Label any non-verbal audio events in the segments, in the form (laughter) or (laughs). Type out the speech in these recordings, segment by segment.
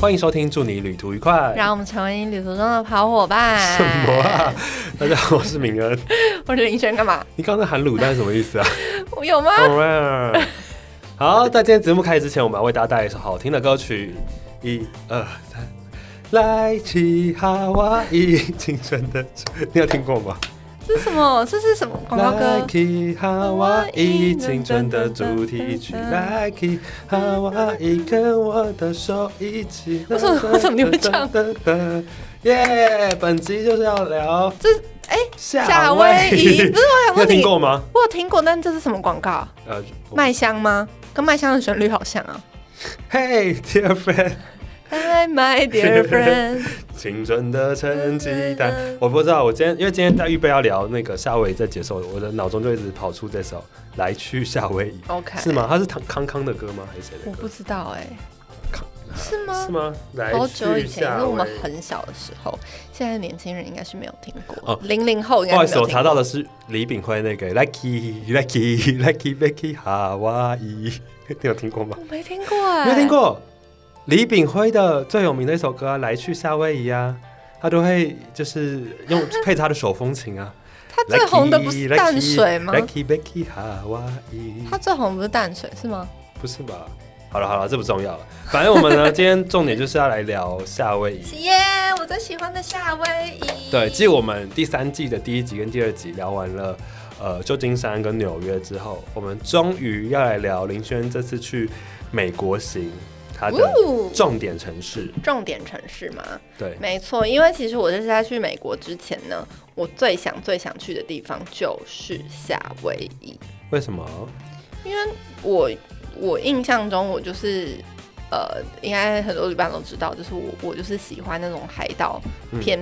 欢迎收听，祝你旅途愉快。让我们成为你旅途中的好伙伴。什么啊？大家好，我是敏恩。我是林轩，干嘛？你刚刚喊卤蛋是什么意思啊我有吗？ ？Alright。好，在今天节目开始之前，我们要为大家带来一首好听的歌曲。一二三，来去哈哇伊， (laughs) 青春的春，你有听过吗？这是什么？这是什么广告歌来？去哈哇伊，青春的主题曲。来去哈哇伊，跟我的手一起。为什么为什么你会唱？耶！本集就是要聊这是哎，夏夏威威夷。夷不。是，你有我想问听你，过吗？我有听过，但这是什么广告？呃，我麦香吗？跟麦香的旋律好像啊。 Hey dear friend， Hi, (laughs) my dear friend。青春的成绩单。我不知道，我今天因为今天在预备要聊那个夏威夷在解说，我的脑中就一直跑出这首《来去夏威夷》， OK。是？吗？它是康康康的歌吗？还是谁我的不歌？知道哎。康是是吗？吗？来好久去以前，因夏为我们威夷。很小的时候，现在年轻人应该是没有听过哦。零零后应不该好意是思，没有我听查过到的是李炳辉那个 Lucky Lucky Lucky Lucky 夏威夷， (laughs) 你有听过吗？我没听过哎，没有听。过李炳辉的最有名的一首歌啊，《来去夏威夷》啊，他都会就是用配着他的手风琴啊。 (laughs) 他最红的不是淡水吗？ ？Lucky Becky 夏威夷，他最红不是淡水是吗？不是吧？好了好了，这不重要了。反正我 (laughs) 们呢，今天重点就是要来聊夏威夷。耶我最喜欢的夏威夷。对，继我们第三季的第一集跟第二集聊完了，呃，旧金山跟纽约之后，我们终于要来聊林轩这次去美国行他的哦重点城市。重点城市嘛，对，没错，因为其实我就是在去美国之前呢，我最想最想去的地方就是夏威夷，为什么？因为我我印象中我就是呃，应该很多旅伴都知道，就是我我就是喜欢那种海岛嗯偏、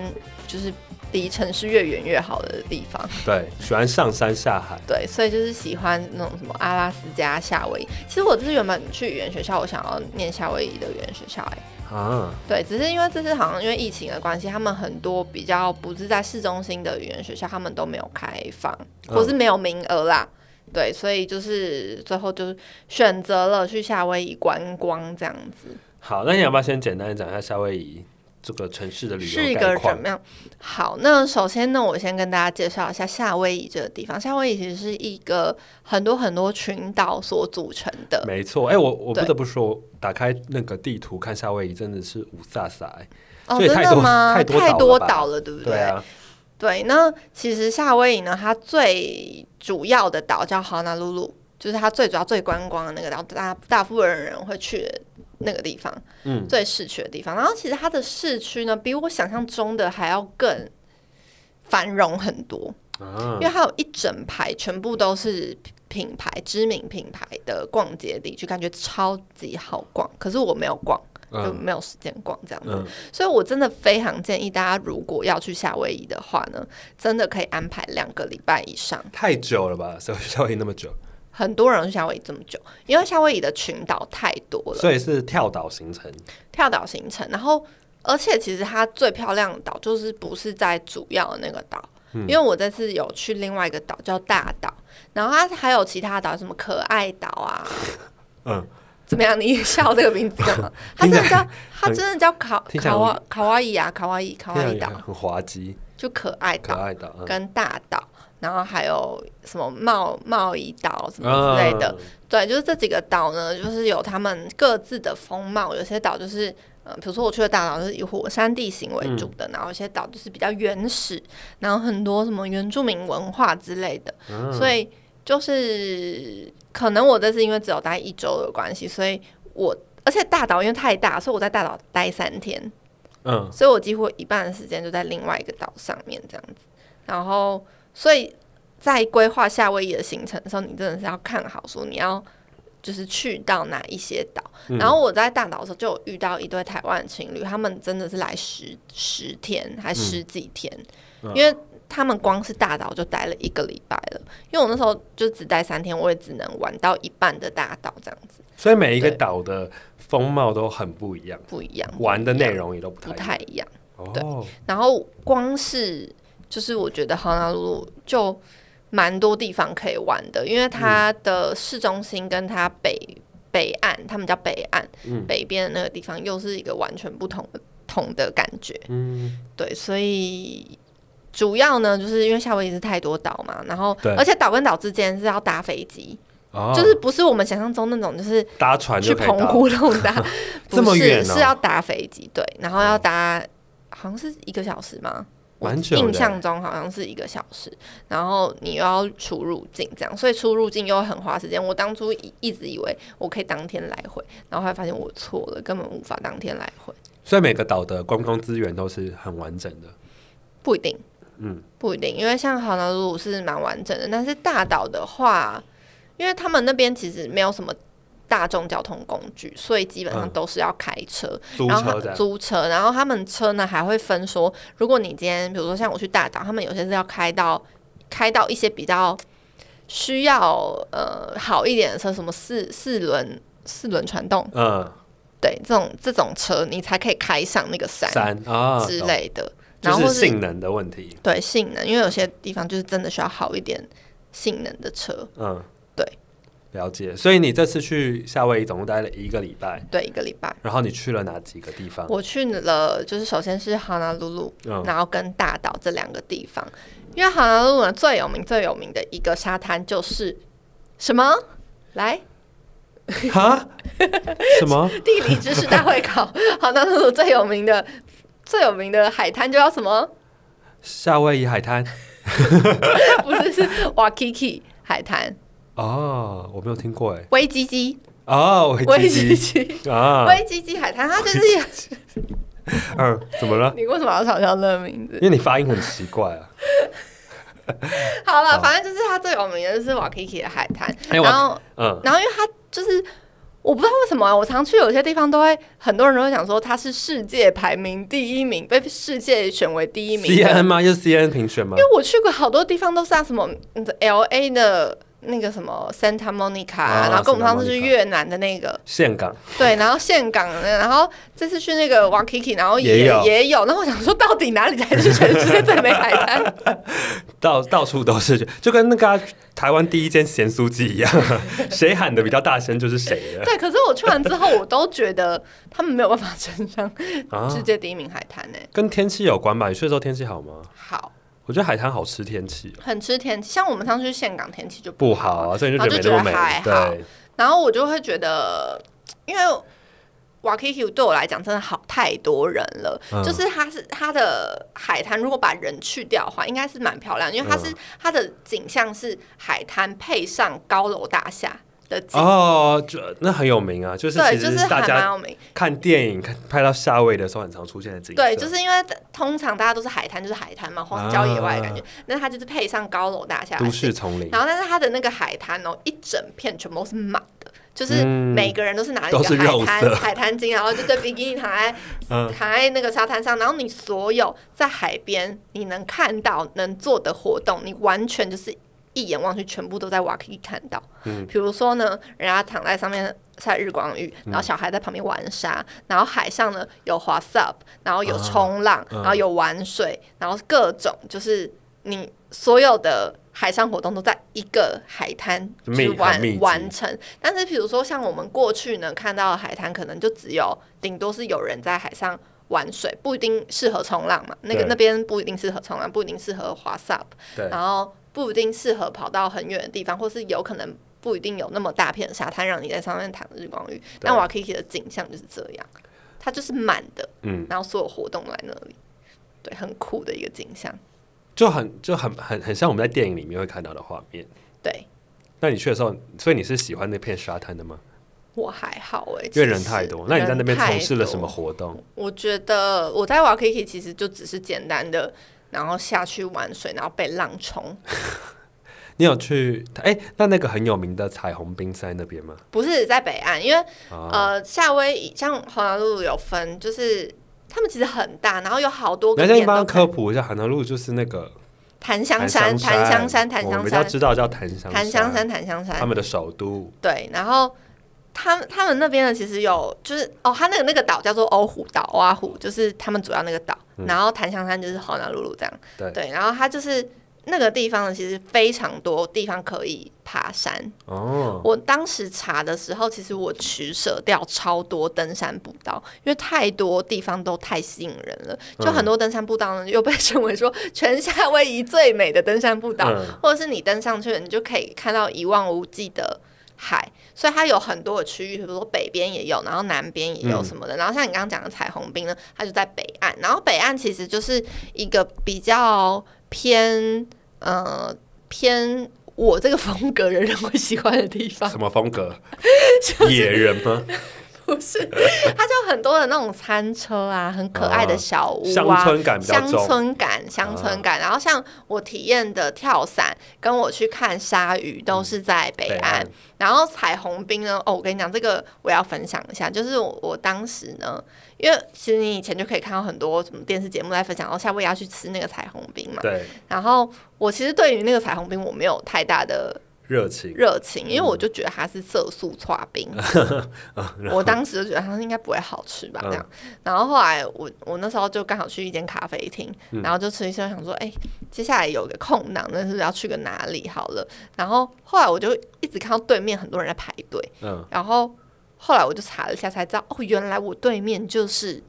就是离城市越远越好的地方，对，喜欢上山下海。对，所以就是喜欢那种什么阿拉斯加、夏威夷。其实我就是原本去语言学校，我想要念夏威夷的语言学校、哎，啊，对，只是因为这次好像因为疫情的关系，他们很多比较不是在市中心的语言学校，他们都没有开放，嗯或是没有名额啦。对，所以就是最后就是选择了去夏威夷观光这样子，好，那你要不要先简单地讲一下夏威夷这个城市的旅是一游个概怎况？么样？好，那首先呢，我先跟大家介绍一下夏威夷这个地方。夏威夷其实是一个很多很多群岛所组成的，没错，哎、我我不对得不说，我打开那个地图看夏威夷真的是五撒撒、哎哦，所以真太的多吗？ (laughs) 太多岛了吧岛了，对不对啊，对，那其实夏威夷呢，它最主要的岛叫豪纳鲁鲁，就是它最主要最观光的那个岛，大大部分人会去的那个地方，嗯，最市区的地方。然后其实它的市区呢，比我想象中的还要更繁荣很多，啊因为，它有一整排全部都是品牌知名品牌的逛街地区，感觉超级好逛。可是我没有逛，就嗯没有时间逛这样子。嗯，所以我真的非常建议大家，如果要去夏威夷的话呢，真的可以安排两个礼拜以上。太久了吧？所以夏威夷那么久，很多人去夏威夷这么久，因为夏威夷的群岛太多了，所以是跳岛行程，跳岛行程，然后。而且其实它最漂亮的岛就是不是在主要的那个岛，嗯因为我这次有去另外一个岛叫大岛，然后它还有其他岛，什么可爱岛啊，嗯，怎么样？你笑这个名字 (laughs) 干嘛？它真听起来的叫它真的叫卡听起来卡哇卡哇伊啊，卡哇伊卡哇伊听起来岛也，很滑稽，就可爱可岛。爱岛，嗯跟大岛，然后还有什么贸贸易岛什么之类嗯的。，对，就是这几个岛呢，就是有他们各自的风貌。有些岛就是，呃，比如说我去的大岛就是以火山地形为主嗯的，然后有些岛就是比较原始，然后很多什么原住民文化之类的。嗯所以就是可能我这次因为只有待一周的关系，所以我而且大岛因为太大，所以我在大岛待三天。嗯，所以我几乎一半的时间就在另外一个岛上面这样子。然后，所以在规划夏威夷的行程的时候，你真的是要看好说你要就是去到哪一些岛。嗯然后我在大岛的时候就有遇到一对台湾情侣，他们真的是来十十天还十几天，嗯因为。他们光是大岛就待了一个礼拜了，因为我那时候就只待三天，我也只能玩到一半的大岛，这样子所以每一个对岛的风貌都很不一样，不一样，玩的内容也都不不太太一一样。样，对哦，然后光是就是我觉得豪纳鲁鲁就蛮多地方可以玩的，因为它的市中心跟它北北岸，他们叫北岸，嗯北边的那个地方又是一个完全不同的同的感觉。嗯，对，所以主要呢，就是因为夏威夷是太多岛嘛，然后对而且岛跟岛之间是要搭飞机，哦就是不是我们想象中那种就是搭船去啊就可以澎搭，湖那种搭， (laughs) 这么不是远哦是要搭飞机，对，然后要搭、好像是一个小时吗？蛮久的欸印象中好像是一个小时，然后你又要出入境这样，所以出入境又很花时间。我当初一一直以为我可以当天来回，然后后来发现我错了，根本无法当天来回，所以每个岛的观光资源都是很完整的。不一定。嗯，不一定，因为像好纳鲁是蛮完整的，但是大岛的话，因为他们那边其实没有什么大众交通工具，所以基本上嗯都是要开车。租然车后这他样，租车，然后他们车呢还会分说，如果你今天比如说像我去大岛，他们有些是要开到开到一些比较呃需要呃好一点的车，什么四四轮四轮传动，嗯，对这种这种车你才可以开上那个山山啊之懂类的，然就是后或性能的问题。对性能，因为有些地方就是真的需要好一点性能的车，嗯，对，了解。所以你这次去夏威夷总共待了一个礼拜，对一个礼拜。然后你去了哪几个地方？我去了，就是首先是哈纳鲁鲁， (laughs) 嗯，然后跟大岛这两个地方，因为好莱坞呢最有名最有名的一个沙滩就是什么？来，哈，什么？地理知识大会考， (laughs) 好莱坞最有名的最有名的海滩就叫什么？ (laughs) 夏威夷海滩？不是是 Waikiki 海滩，哦，我没有听过哎。威基基，哦，维威基基基基，啊，威基基海滩，它就是一个。嗯，怎么了？你为什么要嘲笑这个名字因？为你发音很奇怪啊。好了，好反正就是它最有名的就是 Waikiki 的海滩，哎然后。嗯，然后因为它就是我不知道为什么、我常去有些地方都会很多人都会讲说它是世界排名第一名，被世界选为第一名 C 的。 N 吗？又是 C N 评选吗因？为我去过好多地方都是啊，(laughs) 什么 L A 的那个什么 Santa Monica，、啊然后跟我们 Santa 上次去 Monica 越南的那个，岘港对，然后岘港的，然后这次去那个 Waikiki，然后也 (laughs) 也有也有，然后我想说到底哪里才是全世界最美海 (laughs) 滩？到到处都是，就跟那个啊、台湾第一间咸酥鸡一样， (laughs) 谁喊的比较大声就是谁的对，可是我去完之后，我都觉得他们没有办法称上啊。世界第一名海滩呢、跟天气有关吧？你去的时候天气好吗？好。我觉得海滩好吃天气哦、很吃天气，像我们上次去岘港天气就不好好啊，所以你就然觉后得没那么哦就觉得还美。好对，然后我就会觉得，因为 Waikiki 对我来讲真的好太多人了，嗯就是它是它的海滩，如果把人去掉的话，应该是蛮漂亮，因为它是、嗯它的景象是海滩配上高楼大厦的景。哦，就那很有名啊，就是对，其就实是还大蛮家有名。看电影看拍到夏威夷的时候，很常出现的景色。对，就是因为通常大家都是海滩，就是海滩嘛，荒郊野外的感觉。那它就是配上高楼大厦的啊都景，市丛林，然后，但是它的那个海滩哦，一整片全部都是满的，就是嗯每个人都是拿了都一是个肉海色滩海滩巾，然后就对比基尼躺在 (laughs) 嗯，躺在那个沙滩上，然后你所有在海边你能看到能做的活动，你完全就是一眼望去全部都在瓦克里看到。嗯比如说呢，人家躺在上面晒日光浴，然后小孩在旁边玩沙，然后海上呢有滑 SUP，然后有冲浪，嗯然后有玩水，然后各种就是你所有的。海上活动都在一个海滩密去完很密集完成，但是比如说像我们过去呢看到的海滩，可能就只有顶多是有人在海上玩水，不一定适合冲浪嘛。那个对那边不一定适合冲浪，不一定适合滑 SUP，对，然后不一定适合跑到很远的地方，或是有可能不一定有那么大片的沙滩让你在上面躺着日光浴。对但 Waikiki 的景象就是这样，它就是满的，嗯，然后所有活动都在那里，对，很酷的一个景象。就很就很很很像我们在电影里面会看到的画面。对那你去的时候，所以你是喜欢那片沙滩的吗？我还好因哎、欸，为其人实太多，那你在那边人太从事了什么多活动？我觉得我在 Waikiki 其实就只是简单的，然后下去玩水，然后被浪冲，你有去？哎、那那个很有名的彩虹冰山那边吗？不是在北岸，因为、啊，呃夏威夷像红南路有分，就是他们其实很大，然后有好多那个先点帮都科普一下，海南路就是那个檀香山、檀香山、檀我们香比较山、知道叫檀香檀香，山、檀香他山，们的首都。对，然后。他们他们那边呢，其实有就是哦，他那个那个岛叫做欧胡岛，欧阿胡就是他们主要那个岛，嗯然后檀香山就是红南露露这样，对对，然后它就是那个地方呢，其实非常多地方可以爬山。哦，我当时查的时候，其实我取舍掉超多登山步道，因为太多地方都太吸引人了。嗯就很多登山步道呢，又被称为说全夏威夷最美的登山步道，嗯或者是你登上去了，你就可以看到一望无际的。海，所以它有很多的区域，比如说北边也有，然后南边也有嗯什么的。然后像你刚刚讲的彩虹冰呢，它就在北岸。然后北岸其实就是一个比较偏呃偏我这个风格的人会喜欢的地 (laughs) 方什，么风格？ (laughs) 就野人吗？不是，它就很多的那种餐车啊，很可爱的小屋乡啊，村感比较乡重。啊村感，乡村感。然后像我体验的跳伞，跟我去看鲨鱼，都是在北北岸。岸然后彩虹冰呢，哦，我跟你讲，这个我要分享一下，就是我我当时呢，因为其实你以前就可以看到很多什么电视节目在分享，哦，夏威夷要去吃那个彩虹冰嘛。对，然后我其实对于那个彩虹冰，我没有太大的热情。热情，因为我就觉得它是色素刨冰，我当时就觉得它应该不会好吃吧，嗯这样。然后后来我我那时候就刚好去一间咖啡厅，然后就吃一吃，想说，哎、接下来有个空档，那是不是要去个哪里好了？然后后来我就一直看到对面很多人在排队， (laughs) 嗯， (laughs) 然后后来我就查了一下才知道，哦，原来我对面就是。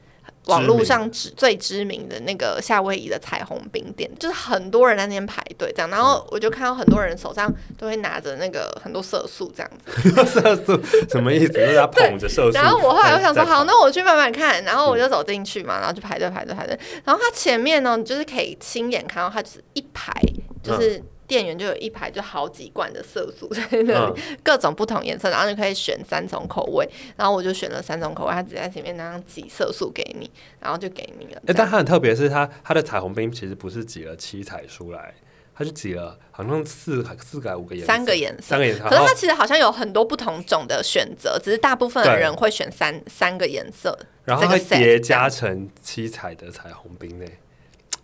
网络上知最知名的那个夏威夷的彩虹冰店，就是很多人在那边排队这样，然后我就看到很多人手上都会拿着那个很多色素这样子，色素什么意思？就是他捧着色素。然后我后来我想说，在嗯好，那我去慢慢看，然后我就走进去嘛，然后就排队排队排队，然后它前面呢，你就是可以亲眼看到它就是一排，嗯就是店员就有一排就好几罐的色素在那嗯里， (laughs) 各种不同颜色，然后你可以选三种口味，然后我就选了三种口味，它只在前面那样挤色素给你，然后就给你了。哎，这样但它很特别，是它它的彩虹冰其实不是挤了七彩出来，它是挤了好像四四个还五个颜色，三个颜色三个颜色。可然是后它其实好像有很多不同种的选择，只是大部分的对人会选三三个颜色。然后这它个 set 叠加成七彩的彩虹冰呢。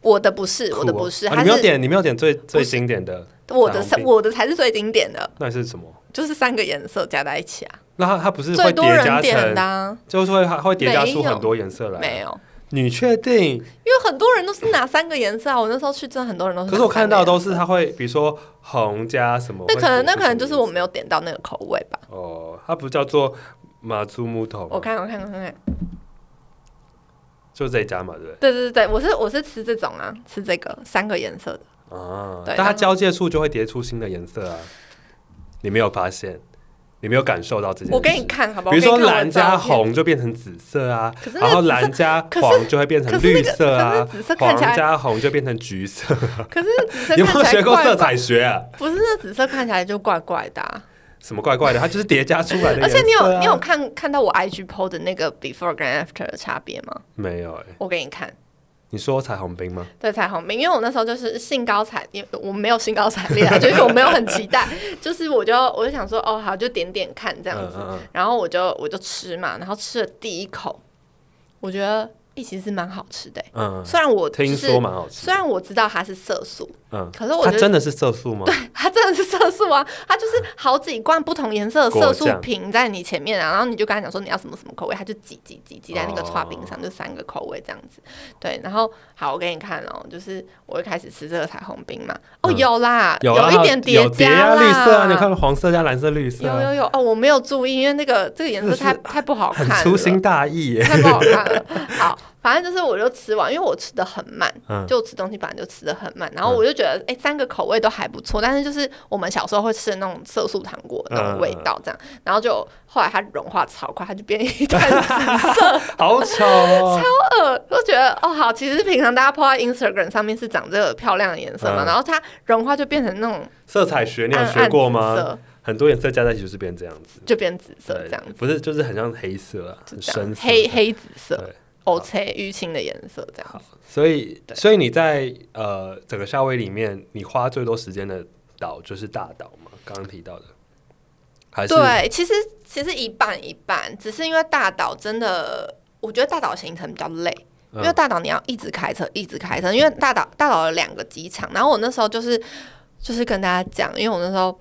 我的不是，我的酷哦不是，啊它你没有是点，你没有点最最经典的，我的是彩虹冰我的才是最经典的。那是什么？就是三个颜色加在一起啊，那它它不是最会多叠加人点的成，啊，就是会它会叠加出没有很多颜色来。啊没，有，你确定？因为很多人都是拿三个颜色啊。我那时候去真的很多人都是，可是我看到都是它会，比如说红加什么。那可能那可能就是我们没有点到那个口味吧。哦，它不叫做马祖木头吗？我看我看我看看，就这一家嘛，对不对对对对，我是我是吃这种啊，吃这个三个颜色的，对？啊，对但它然后交界处就会叠出新的颜色啊，你没有发现？你没有感受到这件事？我给你看好不好？比如说我给你看我的蓝加照片，红就变成紫色啊可，是那然个后紫色蓝加可是黄就会变成绿色啊可是那紫可是那紫色，看黄起来加红就变成橘色。可是紫 (laughs) 色有没有看起学来过怪色怪，彩学啊？不是那紫色看起来就怪怪的啊。什么怪怪的？它就是叠加出来的、而颜且你色有啊你有看看到我 IG PO 的那个 before 跟 after 的差别吗？没有、欸？我给你看。你说彩虹冰吗？对彩虹冰，因为我那时候就是兴高采烈，我没有兴高采烈啊，就是我没有很期待，就是我就我就想说，哦，好，就点点看这样子，嗯嗯嗯然后我就我就吃嘛，然后吃了第一口，我觉得诶其实蛮好吃的、欸嗯，虽然我、就是、听说蛮好吃虽然我知道它是色素，嗯，可是我它觉得真的是色素吗？它真的是色素啊，它就是好几罐不同颜色的色素果酱瓶在你前面啊，然后你就跟他讲说你要什么什么口味，他就挤挤挤挤在那个哦刨冰上，就三个口味这样子。对，然后好，我给你看哦，就是我一开始吃这个彩虹冰嘛，哦，嗯有啦，啊一点有叠加啊，啦，绿色啊，你有看到黄色加蓝色、绿色有啊，有有哦，我没有注意，因为那个这个颜色太太不好看很了，粗心大意耶。太不好看 (laughs) 了。好，反正就是我就吃完，因为我吃的很慢，嗯就我吃东西本来就吃的很慢，然后我就觉得，哎、三个口味都还不错，但是就是我们小时候会吃的那种色素糖果那嗯种味道这样，然后就后来它融化超快，它就变一滩紫色， (laughs) 好丑、哦，呃， (laughs) 就觉得哦好，其实平常大家 po 在 Instagram 上面是长这个漂亮的颜色嘛，嗯然后它融化就变成那种色彩学你有暗学过暗紫吗？色很多颜色加在一起就是变这样子，就变紫色对这样，。不是就是很像黑色啊，很这样深色黑黑紫色对，哦，切淤青的颜色这样。所以，对所以你在呃整个夏威夷里面，你花最多时间的岛就是大岛嘛？刚刚提到的，还是对，其实其实一半一半，只是因为大岛真的，我觉得大岛行程比较累，因为嗯大岛你要一直开车，一直开车，因为大岛大岛有两个机场，然后我那时候就是就是跟大家讲，因为我那时候。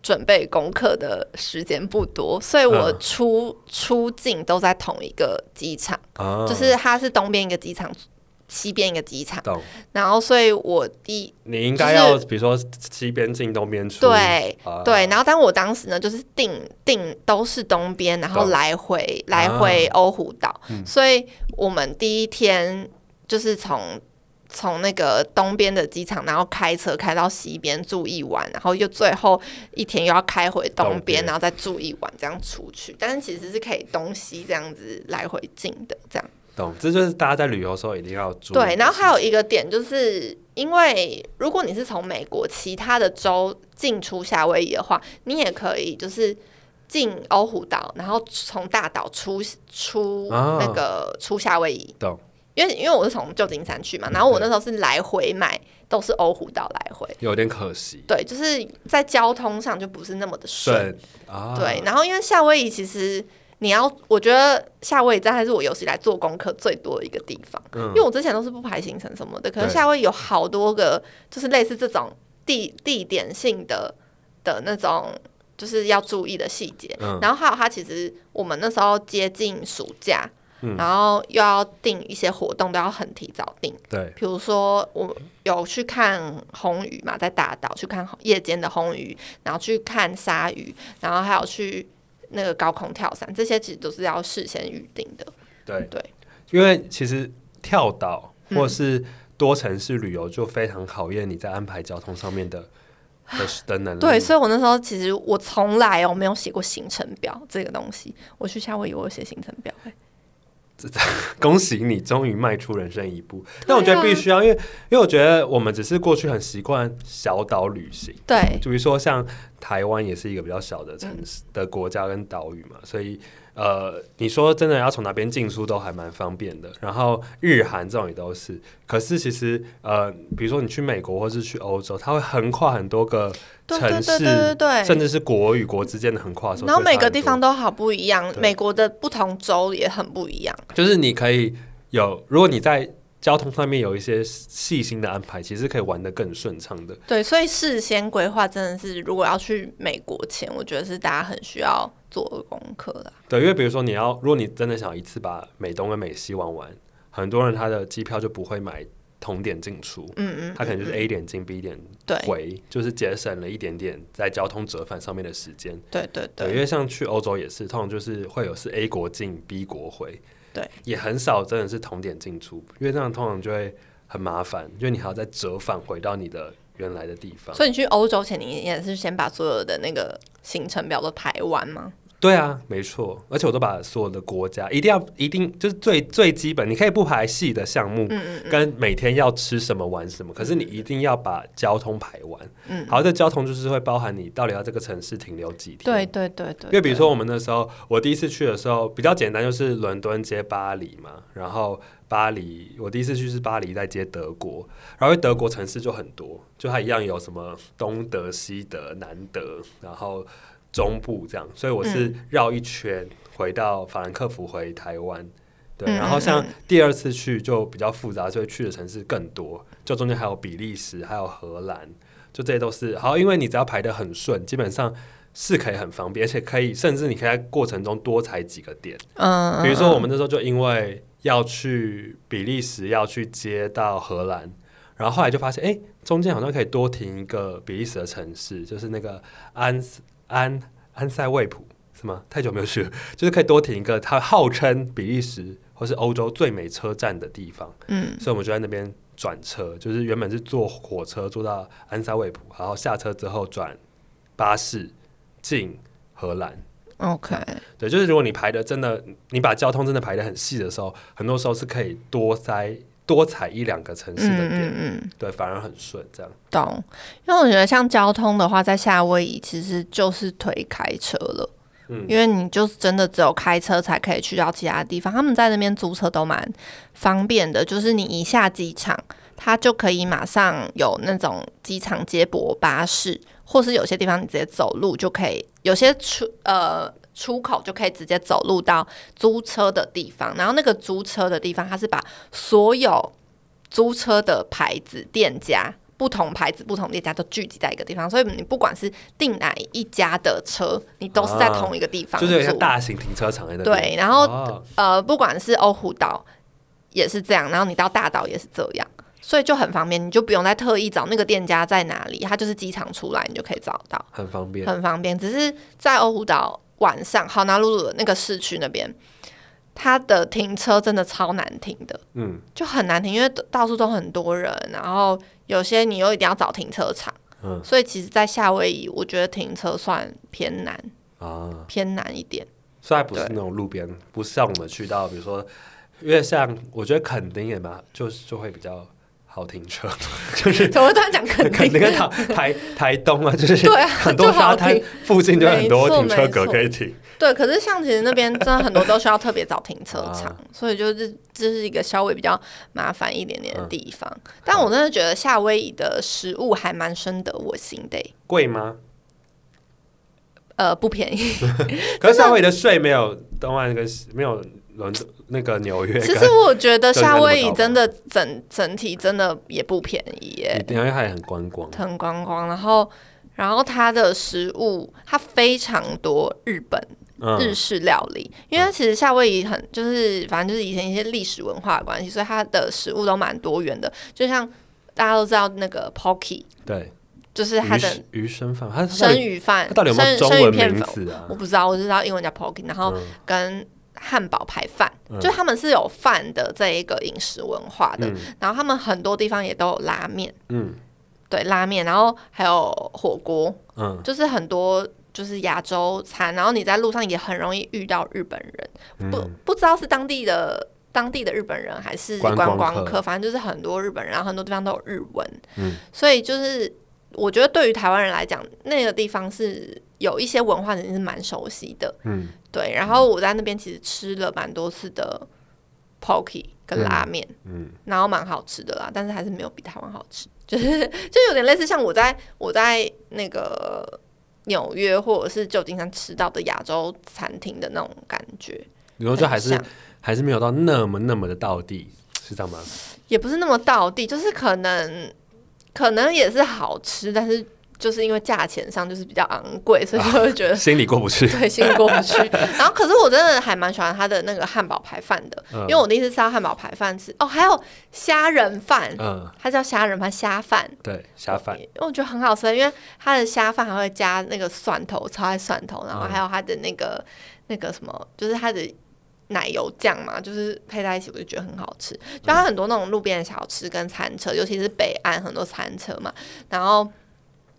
准备功课的时间不多，所以我嗯出、出境都在同一个机场，啊就是它是东边一个机场，西边一个机场，懂？然后所以我第你应该要比如说西边进东边出，对啊对，然后但我当时呢，就是定定都是东边，然后懂来回啊来回欧胡岛，嗯所以我们第一天就是从从那个东边的机场，然后开车开到西边住一晚，然后又最后一天又要开回东东边，边然后再住一晚，这样出去。但是其实是可以东西这样子来回进的，这样。懂？这就是大家在旅游的时候一定要注意的事对，情。然后还有一个点，就是因为如果你是从美国其他的州进出夏威夷的话，你也可以就是进欧胡岛，然后从大岛出出啊那个出夏威夷。懂因为因为我是从旧金山去嘛，然后我那时候是来回买都是欧胡岛来回，有点可惜，对，就是在交通上就不是那么的顺。顺啊，对，，然后因为夏威夷其实你要，我觉得夏威夷站还是我有史以来做功课最多的一个地方。嗯因为我之前都是不排行程什么的，可是对夏威夷有好多个，就是类似这种地地点性的的那种，就是要注意的细节。嗯然后还有它其实我们那时候接近暑假，嗯然后又要订一些活动，都要很提早订。对，比如说我有去看红鱼嘛，在大岛去看夜间的红鱼，然后去看鲨鱼，然后还有去那个高空跳伞，这些其实都是要事先预定的。对对，因为其实跳岛嗯或是多城市旅游就非常考验你在安排交通上面的的的能力。啊对，所以我那时候其实我从来哦没有写过行程表这个东西。我去夏威夷，我有写行程表、欸。恭喜你终于迈出人生一步。对但我觉得啊必须要，因为因为我觉得我们只是过去很习惯小岛旅行，对，就比如说像台湾也是一个比较小的城嗯市的国家跟岛屿嘛，所以呃，你说真的要从哪边进出都还蛮方便的。然后日韩这种也都是，可是其实呃，比如说你去美国或是去欧洲，它会横跨很多个对城对对对市，对甚至是国与国之间的横跨的时候，然后就会每差个很地多方都好不一样，对美国的不同州也很不一样。就是你可以有，如果你在交通上面有一些细心的安排，其实可以玩得更顺畅的。对，所以事先规划真的是，如果要去美国前，我觉得是大家很需要做的功课啦。对，因为比如说你要，如果你真的想一次把美东跟美西玩完，很多人他的机票就不会买同点进出，嗯嗯，他可能就是嗯 A 点进 B 点对回，就是节省了一点点在交通折返上面的时间。对对对，因对为像去欧洲也是，通常就是会有是 A 国进 B 国回，对，也很少真的是同点进出，因为这样通常就会很麻烦，因为你还要再折返回到你的原来的地方。所以你去欧洲前，你也是先把所有的那个行程表都排完吗？对啊，没错，而且我都把所有的国家一定要一定就是最最基本，你可以不排细的项目，嗯跟每天要吃什么玩什么，可是你一定要把交通排完。嗯好的交通就是会包含你到底要这个城市停留几天。对对对对，因为比如对说我们那时候，我第一次去的时候比较简单，就是伦敦接巴黎嘛，然后巴黎我第一次去是巴黎再接德国，然后因为德国城市就很多，就它一样有什么东德、西德、南德，然后中部这样，所以我是嗯绕一圈回到法兰克福回台湾。对，嗯然后像嗯第二次去就比较复杂，所以去的城市更多，就中间还有比利时，还有荷兰，就这些都是好，因为你只要排得很顺，基本上是可以很方便，而且可以甚至你可以在过程中多踩几个点。嗯，比如说，我们们那时候就因为要去比利时，要去接到荷兰，然后后来就发现，哎、中间好像可以多停一个比利时的城市，就是那个安斯安安塞卫普，是吗？太久没有去了，就是可以多停一个，它号称比利时或是欧洲最美车站的地方，嗯。所以我们就在那边转车，就是原本是坐火车坐到安塞卫普，然后下车之后转巴士进荷兰。 OK，对，就是如果你排的真的，你把交通真的排的很细的时候，很多时候是可以多塞多踩一两个城市的嗯点，嗯嗯，对，反而很顺这样。懂。因为我觉得像交通的话，在夏威夷其实就是推开车了，嗯因为你就是真的只有开车才可以去到其他地方。他们在那边租车都蛮方便的，就是你一下机场，它就可以马上有那种机场接驳巴士，或是有些地方你直接走路就可以，有些出呃。出口就可以直接走路到租车的地方，然后那个租车的地方，它是把所有租车的牌子店家，不同牌子、不同店家都聚集在一个地方，所以你不管是订哪一家的车，你都是在同一个地方、就租。是有一个大型停车场在那边。嗯对，然后、哦呃，不管是欧胡岛。也是这样，然后你到大岛也是这样，所以就很方便，你就不用再特意找那个店家在哪里，它就是机场出来你就可以找到，很方便。很方便。只是在欧胡岛晚上，好拿鲁鲁的那个市区那边，它的停车真的超难停的，嗯就很难停，因为到处都很多人，然后有些你又一定要找停车场，嗯所以其实，在夏威夷，我觉得停车算偏难，啊，偏难一点。 (laughs) 虽然不是那种路边，不是像我们去到，比如说，因为像我觉得垦丁也蛮，就是就会比较好停车， (laughs) 就是怎么会突然 (laughs) 讲肯垦定？丁跟台台台东啊，就是对啊，啊很多就好沙滩停附近就有很多没错停车格没错可以停。对，可是像其实那边真的很多都需要特别找停车场 (laughs) 啊，所以就是这是一个稍微比较麻烦一点点的嗯地方。但我真的觉得夏威夷的食物还蛮深得我心的欸、贵吗？呃，不 (laughs) 便宜。可是夏威夷的税没有东岸跟西没有伦敦那个纽约其跟实我觉跟得人家夏那么威夷高真的整整体真的也不便宜耶、纽约还很观光，很观光，然后然后它的食物它非常多日本日嗯式料理，因为它其实夏威夷很就是反正就是以前一些历史文化的关系，所以它的食物都蛮多元的。就像大家都知道那个 Pocky，对，就是它鱼的生鱼生饭，它它到生底鱼饭它到底有，没有生中生鱼文片名粉，哦字啊我？不知道，我只知道英文叫 Pocky，然后嗯跟汉堡排饭，嗯就他们是有饭的这一个饮食文化的，嗯然后他们很多地方也都有拉面，嗯对拉面，然后还有火锅，嗯，就是很多就是亚洲餐，然后你在路上也很容易遇到日本嗯人，不不知道是当地的当地的日本人还是观观光客光客，反正就是很多日本人，然后很多地方都有日文，嗯所以就是我觉得对于台湾人来讲，那个地方是有一些文化你是蛮熟悉的，嗯，对。然后我在那边其实吃了蛮多次的 poke 跟拉面，嗯然后蛮好吃的啦，但是还是没有比台湾好吃， (laughs) 就是就有点类似像我在我在那个纽约或者是旧金山吃到的亚洲餐厅的那种感觉，你说就还很是像还是没有到那么那么的到地，是这样吗？也不是那么道地，就是可能可能也是好吃，但是就是因为价钱上就是比较昂贵，所以啊就会觉得。 (laughs) 心里过不去，对，心里过不 (laughs) 去。然后，可是我真的还蛮喜欢他的那个汉堡排饭的，嗯因为我第一次吃到汉堡排饭是哦，还有虾仁饭， (laughs) 嗯，它叫虾仁饭虾饭，对，虾饭因，为我觉得很好吃，因为它的虾饭还会加那个蒜头，超爱蒜头，然后嗯还有它的那个、那个什么，就是它的奶油酱嘛，就是配在一起，我就觉得很好吃。就它很多那种路边的小吃跟餐车，尤其是北岸很多餐车嘛。然后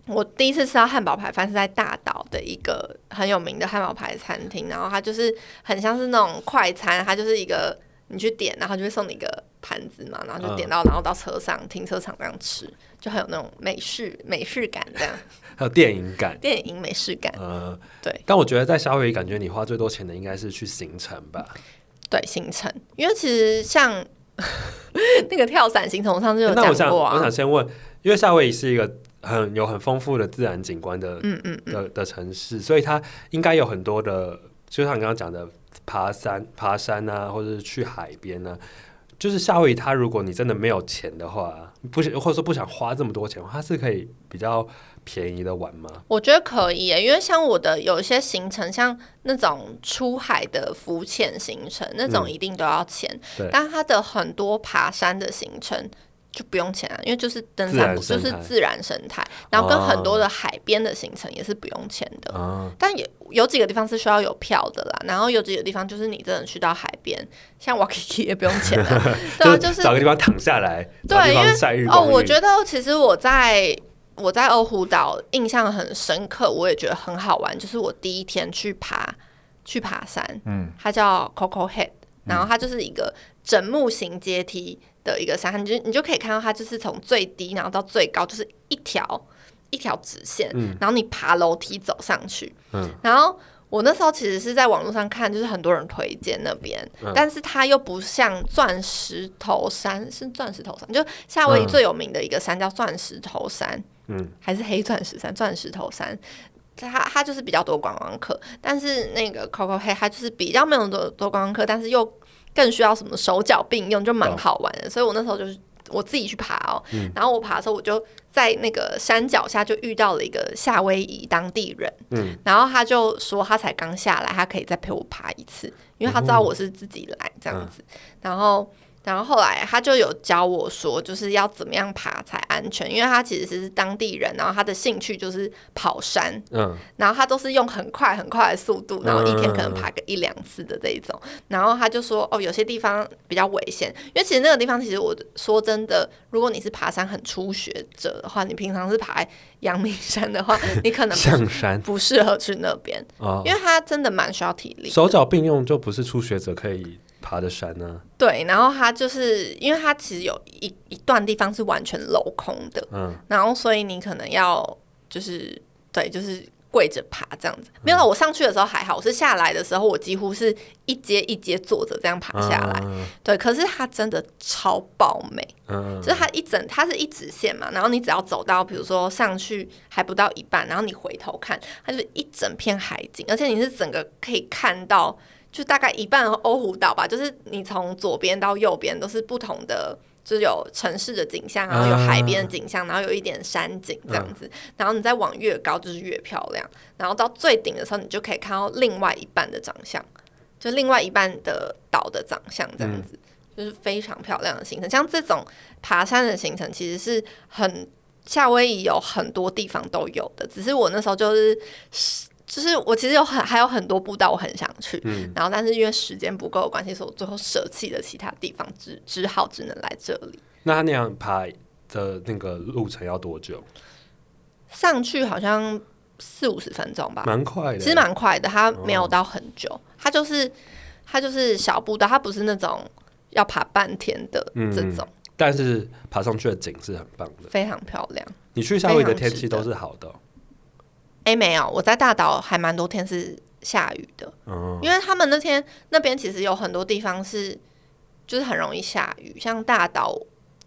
我第一次吃到汉堡排饭是在大岛的一个很有名的汉堡排餐厅，然后它就是很像是那种快餐，它就是一个。你去点，然后就会送你一个盘子嘛，然后就点嗯到，然后到车上停车场这样吃。就很有那种美式美式感，这样还有电影感，电影美式感，呃，对但我觉得在夏威夷，感觉你花最多钱的应该是去行程吧？ (laughs) 对行程，因为其实像 (laughs) 那个跳伞行程，我上次有那我想，讲过我啊想，先问，因为夏威夷是一个很有很丰富的自然景观的嗯嗯，的的城市，所以它应该有很多的，就像你刚刚讲的，爬山、爬山啊，或者是去海边啊。就是夏威夷，它如果你真的没有钱的话，不是或者说不想花这么多钱，它是可以比较便宜的玩吗？我觉得可以耶，因为像我的有一些行程，像那种出海的浮潜行程，那种嗯一定都要钱，对但它的很多爬山的行程。就不用钱啊，因为就是登自然山，就生是态自然生态，然后跟哦很多的海边的行程也是不用钱的。啊，但也有几个地方是需要有票的啦，然后有几个地方就是你真的去到海边，像 Waikiki 也不用钱啊， (laughs) 对啊，就是找个地方躺下来，对找地因方为晒日哦，光浴。我觉得其实我在我在欧胡岛印象很深刻，我也觉得很好玩，就是我第一天去爬去爬山，嗯，它叫 Coco Head，然后它就是一个整木型阶梯的一个山，你就你就可以看到它就是从最低然后到最高，就是一条一条直线，嗯然后你爬楼梯走上去，嗯然后。我那时候其实是在网络上看，就是很多人推荐那边，嗯但是它又不像钻石头山，是钻石头山，就夏威夷嗯最有名的一个山叫钻石头山，嗯还是黑钻石山、钻石头山，它它就是比较多观光客，但是那个 Coco 黑它就是比较没有多多观光客，但是又更需要什么手脚并用，就蛮懂好玩的。所以我那时候就是我自己去爬哦，嗯然后我爬的时候我就在那个山脚下就遇到了一个夏威夷当地人，嗯然后他就说他才刚下来，他可以再陪我爬一次，因为他知道我是自己来这样子，然后。然后后来他就有教我说，就是要怎么样爬才安全，因为他其实是当地人，然后他的兴趣就是跑山，嗯，然后他都是用很快很快的速度，然后一天可能嗯爬个一两次的这一种。然后他就说，哦，有些地方比较危险，因为其实那个地方其实我说真的，如果你是爬山很初学者的话，你平常是爬阳明山的话， (laughs) 你可能不象山不适合去那边，啊，因为它真的蛮需要体力的。手脚并用就不是初学者可以爬的山啊呢、对，然后它就是因为它其实有一一段地方是完全镂空的，嗯，然后所以你可能要就是对，就是跪着爬这样子。没有啦，我上去的时候还好，我是下来的时候，我几乎是一阶一阶坐着这样爬下来。嗯对，可是它真的超爆美，嗯，就是它一整它是一直线嘛，然后你只要走到比如说上去还不到一半，然后你回头看，它就是一整片海景，而且你是整个可以看到，就大概一半欧胡岛吧，就是你从左边到右边都是不同的。就是有城市的景象，然后有海边的景象，然后有一点山景这样子，然后你再往越高就是越漂亮，然后到最顶的时候，你就可以看到另外一半的长相，就另外一半的岛的长相这样子，就是非常漂亮的行程。像这种爬山的行程其实是很夏威夷有很多地方都有的，只是我那时候就是就是我其实有很还有很多步道我很想去，嗯然后但是因为时间不够的关系，所以我最后舍弃了其他地方，只只好只能来这里。那他那样爬的那个路程要多久？上去好像四五十分钟吧，蛮快的，其实蛮快的，它没有到很久，它就是它就是小步道，它不是那种要爬半天的嗯这种，但是爬上去的景是很棒的。非常漂亮。你去夏威夷的天非气常值得都是好的哦、哎、没有，我在大岛还蛮多天是下雨的，嗯，因为他们那天那边其实有很多地方是就是很容易下雨，像大岛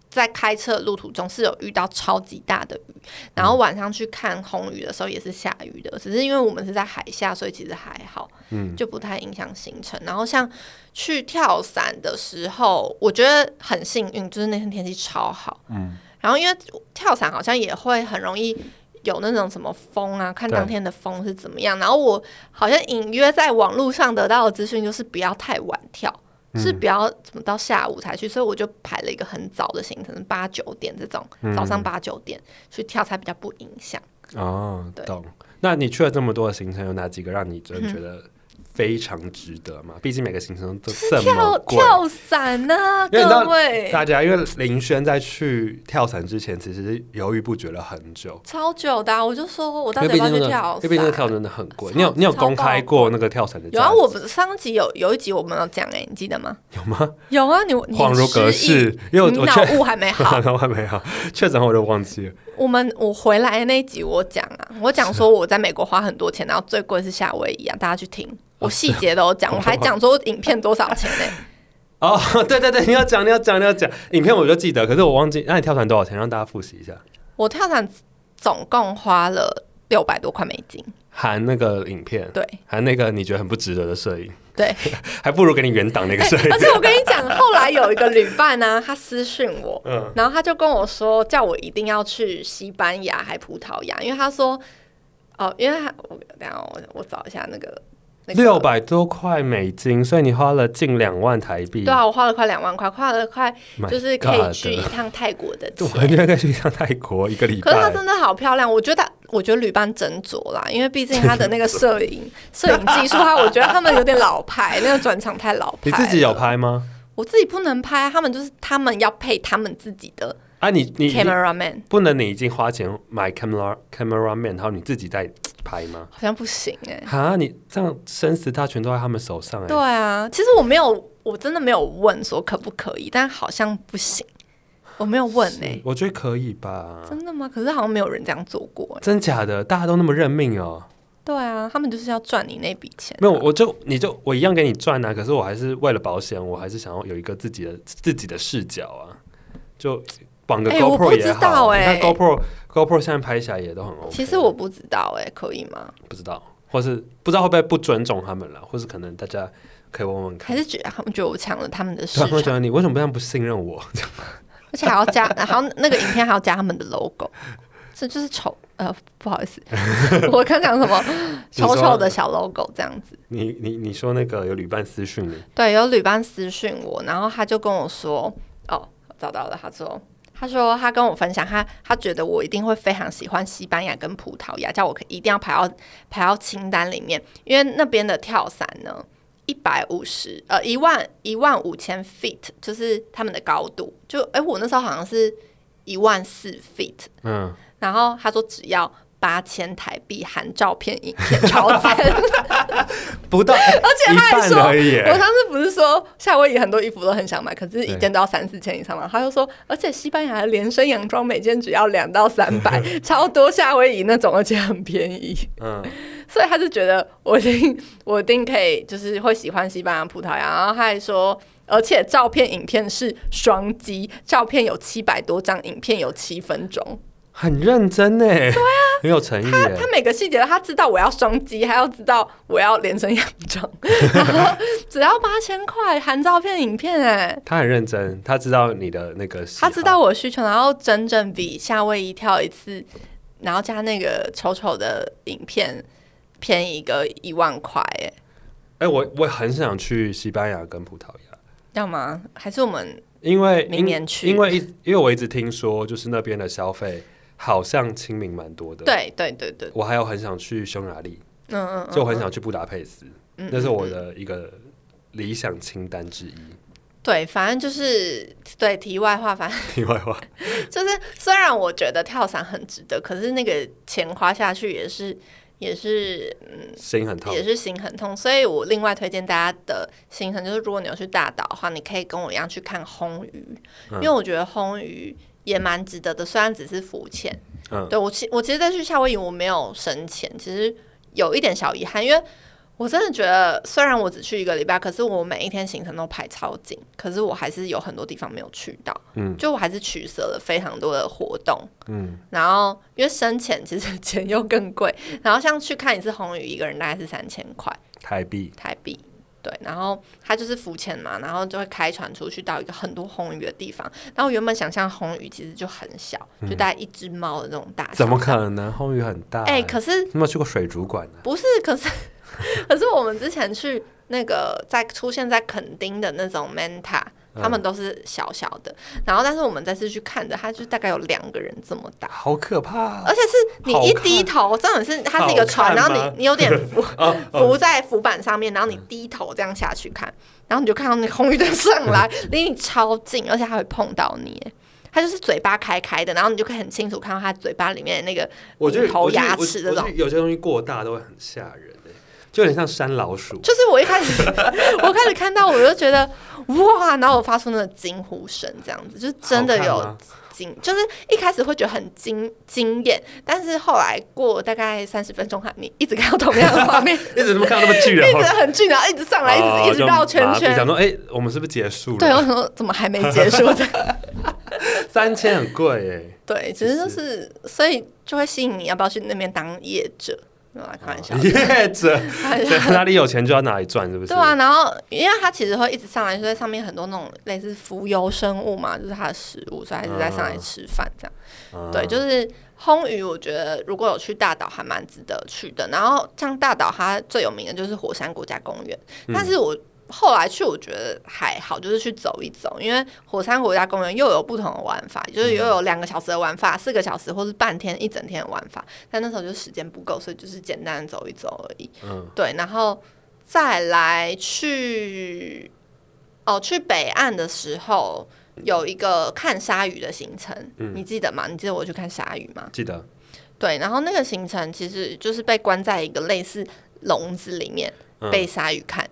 在开车的路途中是有遇到超级大的雨，然后晚上去看红雨的时候也是下雨的，只是因为我们是在海下，所以其实还好，嗯就不太影响行程。然后像去跳伞的时候，我觉得很幸运，就是那天天气超好，嗯然后因为跳伞好像也会很容易有那种什么风啊，看对当天的风是怎么样。然后我好像隐约在网络上得到的资讯就是不要太晚跳，嗯是不要怎么到下午才去，所以我就排了一个很早的行程，八九点这种，早嗯上八九点去跳才比较不影响。哦，嗯对懂。那你去了这么多的行程，有哪几个让你真的觉得非常值得吗？毕竟每个行程都这跳么贵。跳伞呐、因为你知道各位。大家因为林轩在去跳伞之前，其实犹豫不决了很久，超久的啊、我就说我到因为底毕要不竟那个，要去跳因为毕竟那个伞？跳真的很贵。超你有你有超公开爆过那个跳伞的价有啊，钱我们上集有有一集我们有讲哎、你记得吗？有吗？有啊，你你恍如隔失忆世，因为我你我脑确雾还没 (laughs) 好。然后还没有确诊后我就忘记了。我们我回来的那一集我讲啊，我讲说我在美国花很多钱，然后最贵是夏威夷啊，大家去听，我细节都有讲，我还讲说影片多少钱呢、哦， (laughs) 对对对，你要讲，你要讲，你要讲。影片我就记得，可是我忘记。那你跳伞多少钱？让大家复习一下，我跳伞总共花了六百多块美金，含那个影片，对含那个你觉得很不值得的摄影，对，还不如给你原档那个摄影而。且我跟你讲，后来有一个旅伴呢、他私讯我，嗯，然后他就跟我说，叫我一定要去西班牙还葡萄牙，因为他说，哦，因为他我等一下我我找一下那个那个六百多块美金，所以你花了近两万台币。对啊，我花了快两万块，花了快 My 就是可以去 God 一趟泰国的我钱。完全可以去一趟泰国一个礼可是它拜。真的好漂亮，我觉得我觉得旅伴斟酌啦，因为毕竟他的那个摄 (laughs) 影摄影技术，他我觉得他们有点老牌，那个转场太老牌。你自己有？拍吗？我自己不能拍，他们就是他们要配他们自己的啊，你你你 cameraman，不能你已经花钱买 camera camera man，然后你自己再拍吗？好像不行哎、哈，你这样生死大权都在他们手上哎、对啊，其实我没有，我真的没有问说可不可以，但好像不行，我没有问哎、我觉得可以吧？真的吗？可是好像没有人这样做过哎、真假的，大家都那么认命哦。对啊，他们就是要赚你那笔钱啊、没有，我就你就我一样给你赚啊，可是我还是为了保险，我还是想要有一个自己的自己的视角啊，就绑个哎我不 GoPro 也知好，道哎你看 GoPro GoPro 现在拍起来也都很 OK。其实我不知道哎、可以吗？不知道，或是不知道会不会不尊重他们了，或是可能大家可以问问还看。是觉得他们觉得我抢了他们的啊市对，他啊们会觉场，得你为什么这样不信任我？而且还要加，还要那个影片还要加他们的 logo，这就是丑呃，不好 (laughs) 意思，我刚讲什么？你丑说丑的小 logo 这样子。你你你说那个有旅伴私讯你，对，有旅伴私讯我，然后他就跟我说，哦，找到了，他说。他说他跟我分享，他他觉得我一定会非常喜欢西班牙跟葡萄牙，叫我可一定要排到排到清单里面，因为那边的跳伞呢，一百五十呃一万一万五千 feet 就是他们的高度，就哎、我那时候好像是一万四 feet， (laughs) 嗯，然后他说只要八千台币含照片、影片、超赞。不到，而且他还一说半而已耶，我上次不是说夏威夷很多衣服都很想买，可是一件都要三四千以上嘛？他就说，而且西班牙的连身洋装每件只要两到三百，超多夏威夷那种，而且很便宜。 (laughs) 嗯，所以他就觉得我一定我一定可以，就是会喜欢西班牙、葡萄牙。然后他还说，而且照片、影片是双击，照片有七百多张，影片有七分钟。很认真呢，对啊，很有诚意耶他，每个细节他知道我要双击，还要知道我要连身洋装， (laughs) 然后只要八千块含照片、影片、哎，他很认真，他知道你的那个喜好，他知道我需求，然后整整比夏威夷跳一次，然后加那个丑丑的影片便宜个一万块，哎，哎、我我很想去西班牙跟葡萄牙，要吗？还是我们因为明因年去因为一因为我一直听说，就是那边的消费好像亲民蛮多的。，对对对对，我还有很想去匈牙利，嗯嗯嗯，就我很想去布达佩斯，嗯那是我的一个理想清单之一。 (laughs) 对，反正就是对题外话，反正题外话，就是虽然我觉得跳伞很值得，可是那个钱花下去也是也是心很痛也。是心很痛，所以我另外推荐大家的行程就是，如果你有去大岛的话，你可以跟我一样去看红鱼，嗯因为我觉得红鱼也蛮值得的，虽然只是浮潜。嗯对我其我其实，在去夏威夷我没有深潜，其实有一点小遗憾，因为我真的觉得，虽然我只去一个礼拜，可是我每一天行程都排超紧，可是我还是有很多地方没有去到，嗯就我还是取舍了非常多的活动，嗯，然后因为深潜其实钱又更贵， (laughs) 然后像去看一次红鱼，一个人大概是三千块台币，台币。对，然后它就是浮潜嘛，然后就会开船出去到一个很多红鱼的地方。然后原本想象红鱼其实就很小，就大概一只猫的那种大小。嗯怎么可能？红雨很大、哎、可是你有没有去过水族馆啊呢、不是， (laughs) 可是可是我们之前去那个在出现在垦丁的那种 Manta，他嗯们都是小小的，然后但是我们这次去看的，它就大概有两个人这么大。好可怕、啊而且是你一低头，重点是它是一个船，好然看后吗你你有点浮 (laughs) 哦浮在浮板上面，然后你低头这样下去看，然后你就看到那红鱼就上 (laughs) 来，离你超近，而且它会碰到你，它就是嘴巴开开的，然后你就可以很清楚看到它嘴巴里面的那个我觉得骨头我觉得牙我齿觉得这种我觉得有些东西过大都会很吓人、欸，就有点像山老鼠。 (laughs) 就是我一开始， (laughs) 我开始看到我就觉得哇，然后我发出那个惊呼声，这样子，就是真的好看有吗惊，就是一开始会觉得很惊惊艳，但是后来过大概三十分钟，还你一直看到同样的 (laughs) 画面，你怎么看到那么巨人？一直很近，然后一直上来， (laughs) 一直一直绕圈哦就麻痹想圈。说，哎、我们是不是结束了？对，我想说怎么还没 (laughs) 结束？这样三千很贵哎、对，其实就是，所以就会吸引你要不要去那边当业者？没有啦，开玩笑的，业者，开玩笑所以哪里有钱就要哪里赚，是不是？对啊，然后因为它其实会一直上来，就在上面很多那种类似浮游生物嘛，就是它的食物，所以它一直在上来吃饭这样。嗯，对，就是烘鱼，我觉得如果有去大岛还蛮值得去的。然后像大岛，它最有名的就是火山国家公园，嗯但是我。后来去我觉得还好，就是去走一走，因为火山国家公园又有不同的玩法，嗯就是又有两个小时的玩法、四个小时或是半天、一整天的玩法。但那时候就时间不够，所以就是简单的走一走而已。嗯，对，然后再来去哦，去北岸的时候有一个看鲨鱼的行程，嗯你记得吗？你记得我去看鲨鱼吗？记得，对，然后那个行程其实就是被关在一个类似笼子里面，嗯被鲨鱼看。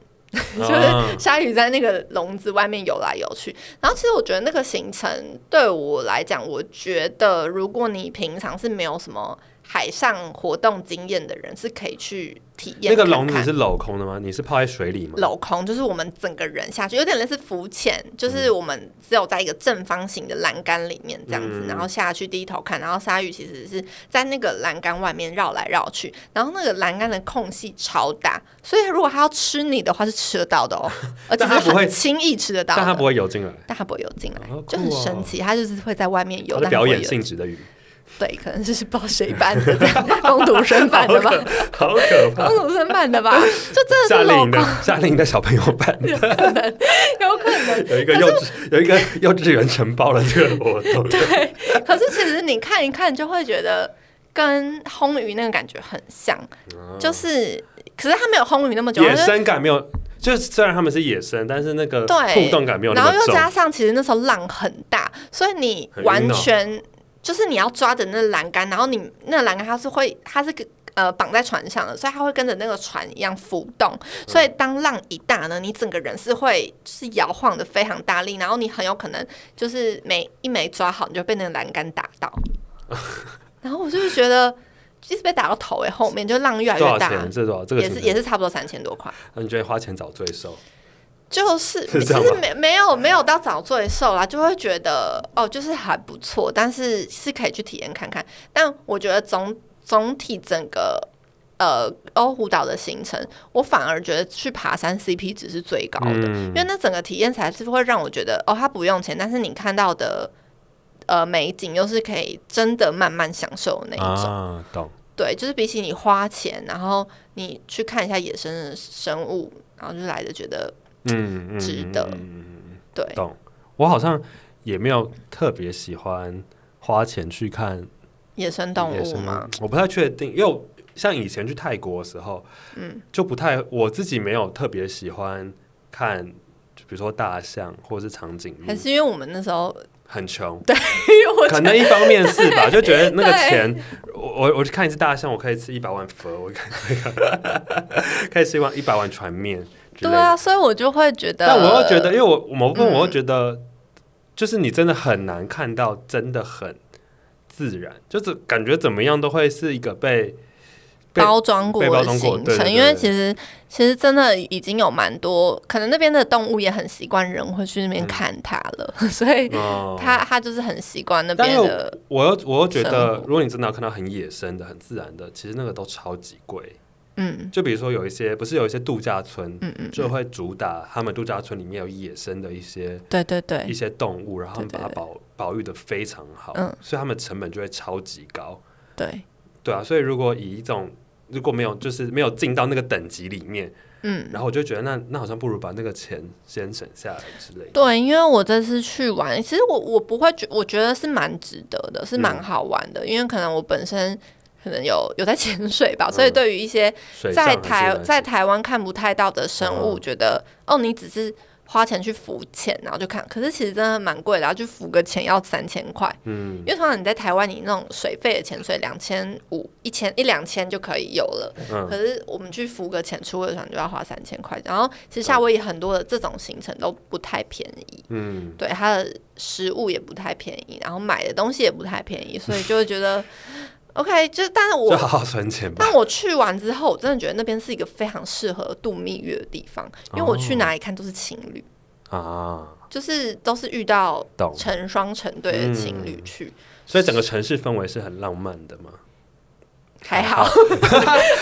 就嗯是鲨鱼在那个笼子外面游来游去，然后其实我觉得那个行程对我来讲，我觉得如果你平常是没有什么海上活动经验的人，是可以去体验那个看笼子看是镂空的吗？你是泡在水里吗？镂空，就是我们整个人下去，有点类似浮潜，就是嗯我们只有在一个正方形的栏杆里面这样子，嗯然后下去低头看，然后鲨鱼其实是在那个栏杆外面绕来绕去，然后那个栏杆的空隙超大，所以如果它要吃你的话是吃得到 (laughs) 的哦，而且但是它不会很轻易吃得到但它不的。会游进来，但它不会游进来好酷，哦就很神奇，它就是会在外面游，它但是它表不会演游 (laughs) 性质的鱼。对，可能是不知道谁办的，(laughs) 这样工读生办的吧，好可怕！工读生办的吧，就 (laughs) 真的夏是令老营的夏令营的小朋友办的，有可能，有可能。有一个幼稚有一个幼稚园承包了这个活动，对，可是其实你看一看就会觉得跟烘鱼那个感觉很像，就是，可是它没有烘鱼那么久，野因为生感没有，就是虽然他们是野生，但是那个对互动感没有那然后么又重。加上其实那时候浪很大，所以你很晕完哦全就是你要抓着那栏杆，然后你那栏杆它是会它是个。呃，绑在船上的，所以它会跟着那个船一样浮动。所以当浪一大呢，你整个人是会就是摇晃的非常大力，然后你很有可能就是每一没抓好，你就被那个栏杆打到。然后我就是觉得一直被打到头哎、后面就浪越来多越少大，钱？这多少？这个也是也是差不多三千多块。是，你觉得花钱找罪受？就 (laughs) 是是其这样实吗没没有没有到找罪受啦，就会觉得哦，就是还不错，但是是可以去体验看看。但我觉得总总体整个呃欧胡岛的行程，我反而觉得去爬山 CP 值是最高的，因嗯，为那整个体验才是会让我觉得哦，它不用钱，但是你看到的呃美景又是可以真的慢慢享受的那一种。啊，懂。对，就是比起你花钱，然后你去看一下野生的生物，然后就来的觉得嗯嗯，值得嗯嗯嗯嗯对。懂。我好像也没有特别喜欢花钱去看野生动野物生吗？？我不太确定，因为我像以前去泰国的时候，嗯，就不太我自己没有特别喜欢看，就比如说大象或者是长颈鹿啊还，是因为我们那时候，很穷。因为我觉可得能一方面是吧，就觉得那个对钱，我我我去看一只大象，我可以吃一百万佛，我可以可以吃一万一百万船面之类对的。啊，所以我就会觉得，但我又觉得，因为我我某部分嗯我又觉得，就是你真的很难看到，真的很自然，就是感觉怎么样都会是一个被被包装过被包的装过行对对程，对因为其实其实真的已经有蛮多，可能那边的动物也很习惯人会去那边嗯看它了， (laughs) 所以哦它它就是很习惯那但边又的。我又我又觉得生活，如果你真的要看到很野生的、很自然的，其实那个都超级贵。嗯就比如说有一些，不是有一些度假村，嗯嗯，就会主打他们度假村里面有野生的一些对对一对，些动物，然后他们对把对它保保育的非常好，嗯所以他们成本就会超级高。对，对啊，所以如果以一种如果没有就是没有进到那个等级里面，嗯。然后我就觉得那那好像不如把那个钱先省下来之类的。对，因为我这次去玩，其实我我不会觉，我觉得是蛮值得的，是蛮嗯好玩的。因为可能我本身可能有有在潜水嗯吧，所以对于一些水上还在是台还是在台湾看不太到的生物，嗯觉得哦，你只是花钱去浮潜，然后就看，可是其实真的蛮贵的，然后就浮个潜要三千块，嗯因为通常你在台湾，你那种水费的潜水两千五、一千一两千就可以有了，可嗯是我们去浮个潜出个船就要花三千块，然后其实夏威夷很多的这种行程都不太便宜。嗯，对它的食物也不太便宜，然后买的东西也不太便宜，所以就会觉得 (laughs) ，OK，就但是我就好好存钱吧。但我去完之后，我真的觉得那边是一个非常适合度蜜月的地方，因为我去哪里看都是情侣，啊，就是都是遇到懂。成双成对的情侣去，所以整个城市氛围是很浪漫的嘛？还好， (laughs)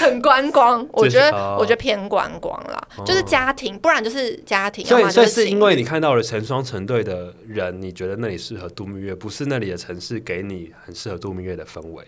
很 (laughs) 观光。我觉得，哦我觉得偏观光啦，就是家庭，不然就是家庭，所要以，么所就以是情因为你看到了成双成对的人，你觉得那里适合度蜜月，不是那里的城市给你很适合度蜜月的氛围。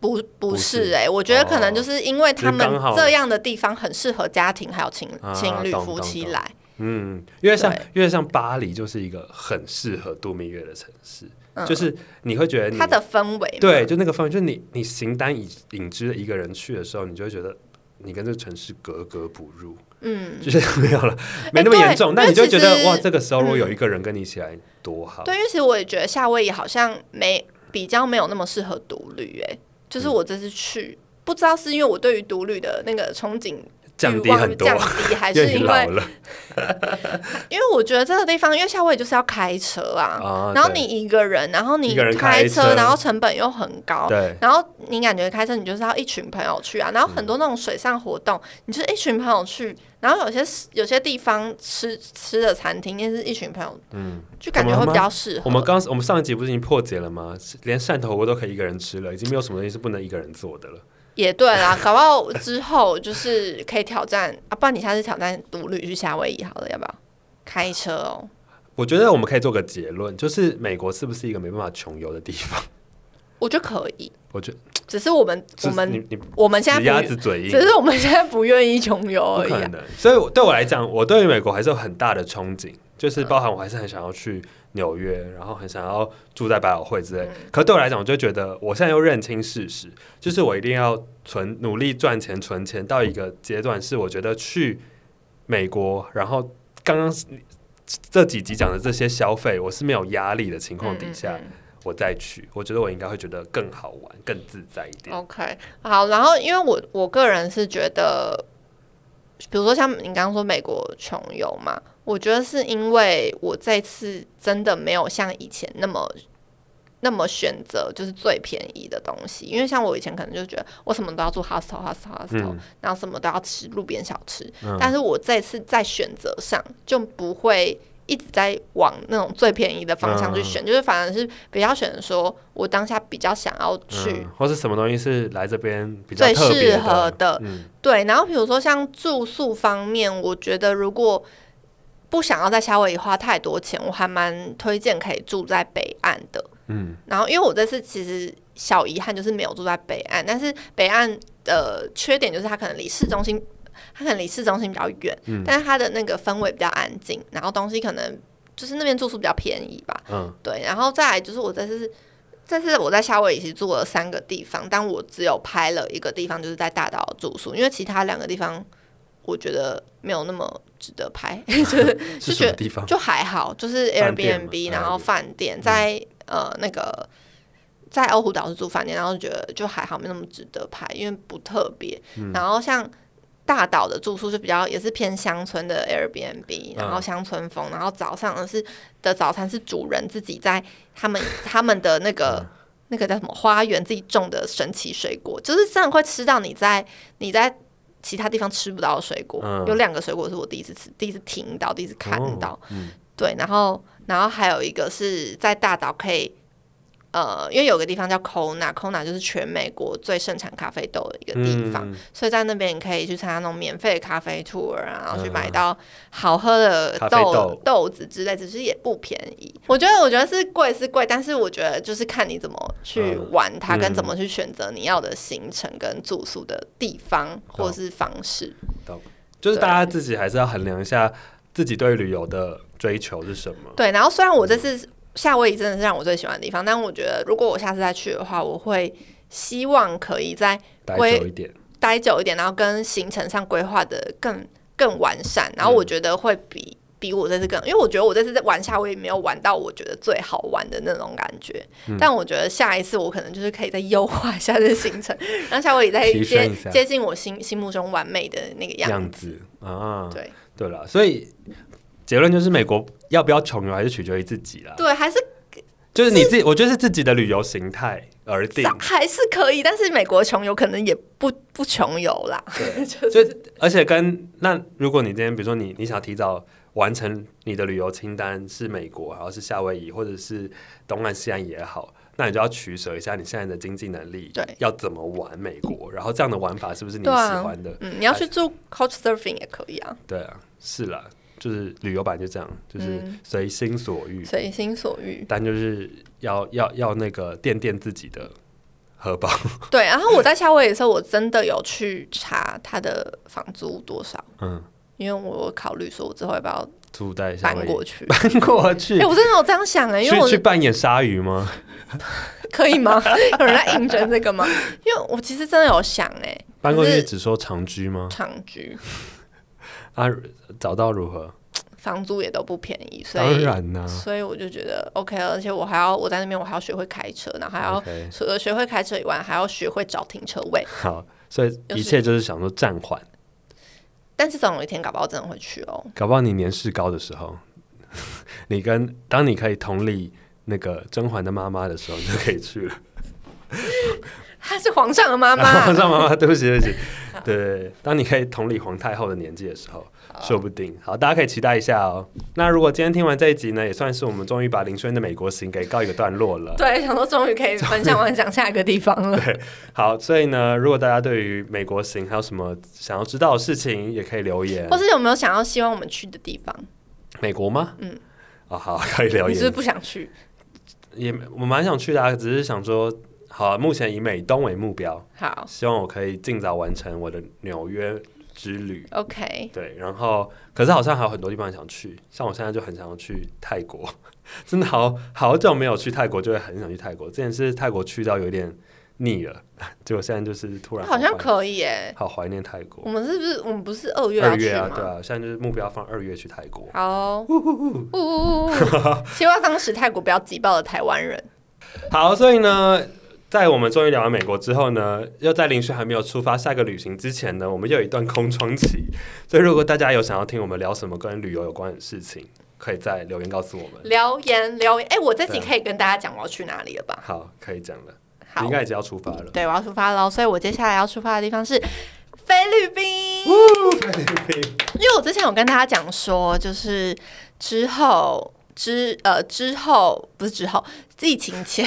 不不不是是哎、我觉得可能哦就是因为他们就是刚好这样的地方很适合家庭还有情啊情侣懂夫懂妻懂来，嗯，因为像对因为像巴黎就是一个很适合度蜜月的城市，嗯就是你会觉得你它的氛围嘛嗯对，就那个氛围，就是你你形单影影只的一个人去的时候，你就会觉得你跟这个城市格格不入，嗯。哎就是没有了，没那么对严重，但你因为就觉其得实嗯哇，这个时候如果有一个人跟你一起来，多好。对，因为其实我也觉得夏威夷好像没比较没有那么适合独旅，哎，就是嗯我这次去。不知道是因为我对于独旅的那个憧憬降欲低望很多降， (laughs) 低，还因是为你因老为了因为我觉得这个地方，因为夏威夷就是要开车啊，啊。然后对你一个人，然后一你个人开开车车，然后成本又很高，对然后你感觉开车你就是要一群朋友去啊，然后嗯很多那种水上活动，你就是一群朋友去，然后有些有些地方吃吃的餐厅也是一群朋友，嗯，就感觉怎么会了吗比较适 (laughs) 合。我们刚我们上一集不是已经破解了吗？是连汕头锅都可以一个人吃了，已经没有什么东西是不能一个人做的了。也对啦，搞不好之后就是可以挑战啊，不然你下次挑战独旅去夏威夷好了，要不要？开车哦，我觉得我们可以做个结论，就是美国是不是一个没办法穷游的地方？ (laughs) 我觉得可以，我觉得只是我们这我你们你我们现在死鸭子不，嘴硬，只是我们现在不愿意穷游不而已可啊、能。所以我对我来讲，我对于美国还是有很大的憧憬，嗯就是包含我还是很想要去纽约，然后很想要住在百老汇之类。嗯可对我来讲，我就觉得我现在又认清事实，就是我一定要存努力赚钱存钱到一个阶段，是我觉得去美国，然后刚刚这几集讲的这些消费，我是没有压力的情况底下，嗯嗯我再去，我觉得我应该会觉得更好玩、更自在一嗯点。 OK，好，然后因为我我个人是觉得，比如说像你刚刚说美国穷游嘛，我觉得是因为我这次真的没有像以前那么。那么选择就是最便宜的东西，因为像我以前可能就觉得我什么都要住 hostel hostel hostel，、嗯然后什么都要吃路边小吃，嗯但是我这次在选择上就不会一直在往那种最便宜的方向去嗯选，就是反而是比较选说我当下比较想要去嗯，或是什么东西是来这边比较最特别适合的，嗯对。然后比如说像住宿方面，我觉得如果不想要在夏威夷花太多钱，我还蛮推荐可以住在北岸的。嗯然后因为我这次其实小遗憾就是没有住在北岸，但是北岸的缺点就是它可能离市中心，它可能离市中心比较远，嗯但是它的那个氛围比较安静，然后东西可能就是那边住宿比较便宜吧，嗯对，然后再来就是我这次。这次我在夏威夷其实住了三个地方，但我只有拍了一个地方，就是在大岛的住宿，因为其他两个地方我觉得没有那么值得拍，就是是就什觉么得地方？就还好，就是嗯饭店嘛哎嗯 Airbnb，然后 Airbnb 饭店在、呃那个在欧胡岛是住饭店，然后觉得就还好，没那么值得拍，因为不特别。嗯然后像大岛的住宿就比较也是偏乡村的嗯 Airbnb，然后乡村风，然后早上的是的早餐是主人自己在他们他们的那嗯个。那个叫什么花园自己种的神奇水果，就是真的会吃到你在你在其他地方吃不到的水果。嗯有两个水果是我第一次吃，第一次听到，第一次看哦到。嗯对，然后然后还有一个是在大岛可以，呃，因为有个地方叫 Kona，Kona 就是全美国最盛产咖啡豆的一个地方，嗯所以在那边你可以去参加那种免费的咖啡 tour 啊，然后去嗯买到好喝的咖啡豆豆子之类，只是也不便宜。我觉得我觉得是贵是贵，但是我觉得就是看你怎么去嗯玩它，跟嗯怎么去选择你要的行程跟住宿的地方或懂是方式。就是对大家自己还是要衡量一下自己对旅游的追求是什么。对，然后虽然我这次夏威夷真的是让我最喜欢的地方，但我觉得如果我下次再去的话，我会希望可以再待归久一点，待久一点，然后跟行程上规划的更更完善，然后嗯我觉得会比。比我这次更，因为我觉得我这次在玩夏威夷没有玩到我觉得最好玩的那种感觉，嗯但我觉得下一次我可能就是可以再优化一下这行程，让夏威夷再提升接一下接近我心心目中完美的那个样样子。子啊，对对了，所以结论就是美国要不要穷游还是取决于自己啦，对，还是就是你自己，我觉得是自己的旅游形态而定。还是可以，但是美国穷游可能也不不穷游啦。对， (laughs) 就而且跟那如果你今天比如说你你想提早完成你的旅游清单是美国，然后是夏威夷或者是东岸西岸也好，那你就要取舍一下你现在的经济能力，对要怎么玩美国，然后这样的玩法是不是你喜对啊欢的？嗯，你要去住 Couch Surfing 也可以啊，对啊，是啦，就是旅游版就这样，就是嗯随心所欲，随心所欲。但就是要要要那个垫垫自己的荷包，对，然后我在夏威夷的时候，我真的有去查它的房租多少，嗯，因为我有考虑说我之后要不要住在夏威搬夷 (laughs) 过去。搬过去哎、。我真的有这样想哎、因为去我去扮演鲨鱼吗？可以吗？ (laughs) 有人在应征这个吗？因为我其实真的有想哎、搬过可去是只说长居吗？长居啊，找到如何？房租也都不便宜，所当以然啊啦、所以我就觉得 OK，而且我还要我在那边我还要学会开车，然后还要 OK 除了学会开车以外，还要学会找停车位。好，所以又一是切就是想说暂缓，但是总有一天，搞不好真的会去哦。搞不好你年事高的时候， (laughs) 你跟当你可以同理那个甄嬛的妈妈的时候，你就可以去了。她是皇上的妈妈，皇上妈妈，对不起，对 (laughs) 不起，对对对，当你可以同理皇太后的年纪的时候，说不定好，大家可以期待一下哦。那如果今天听完这一集呢，也算是我们终于把林轩的美国行给告一个段落了。对，想说终于可以分享完讲下一个地方了。好，所以呢，如果大家对于美国行还有什么想要知道的事情，也可以留言或。是有没有想要希望我们去的地方？美国吗？嗯，哦，好，可以留 (laughs) 你是不是言。不想去？也我蛮想去的、啊，只是想说，好，目前以美东为目标，好希望我可以尽早完成我的纽约之旅。 ，OK，对，然后可是好像还有很多地方想去，像我现在就很想要去泰国， (laughs) 真的好好久没有去泰国，就会很想去泰国。之前是泰国去到有点腻了， (laughs) 结果现在就是突然好像怀可以诶。好怀念泰国我。们是不是我们不是二月二要去月啊，对吗？啊，现在就是目标放二月去泰国。好哦，呜呜呜呜，希望当时泰国不要挤爆了台湾人。好，所以呢，在我们终于聊完美国之后呢，又在林轩还没有出发下个旅行之前呢，我们又有一段空窗期。 (laughs) 所以如果大家有想要听我们聊什么跟旅游有关的事情，可以在留言告诉我们。留言留言，哎、我这集对啊可以跟大家讲我要去哪里了吧？好，可以讲了，你好应，该已经要出发了。对，我要出发喽，所以我接下来要出发的地方是菲律宾。因为我之前有跟大家讲说，就是之后之呃之后不是之后， (laughs) 疫情前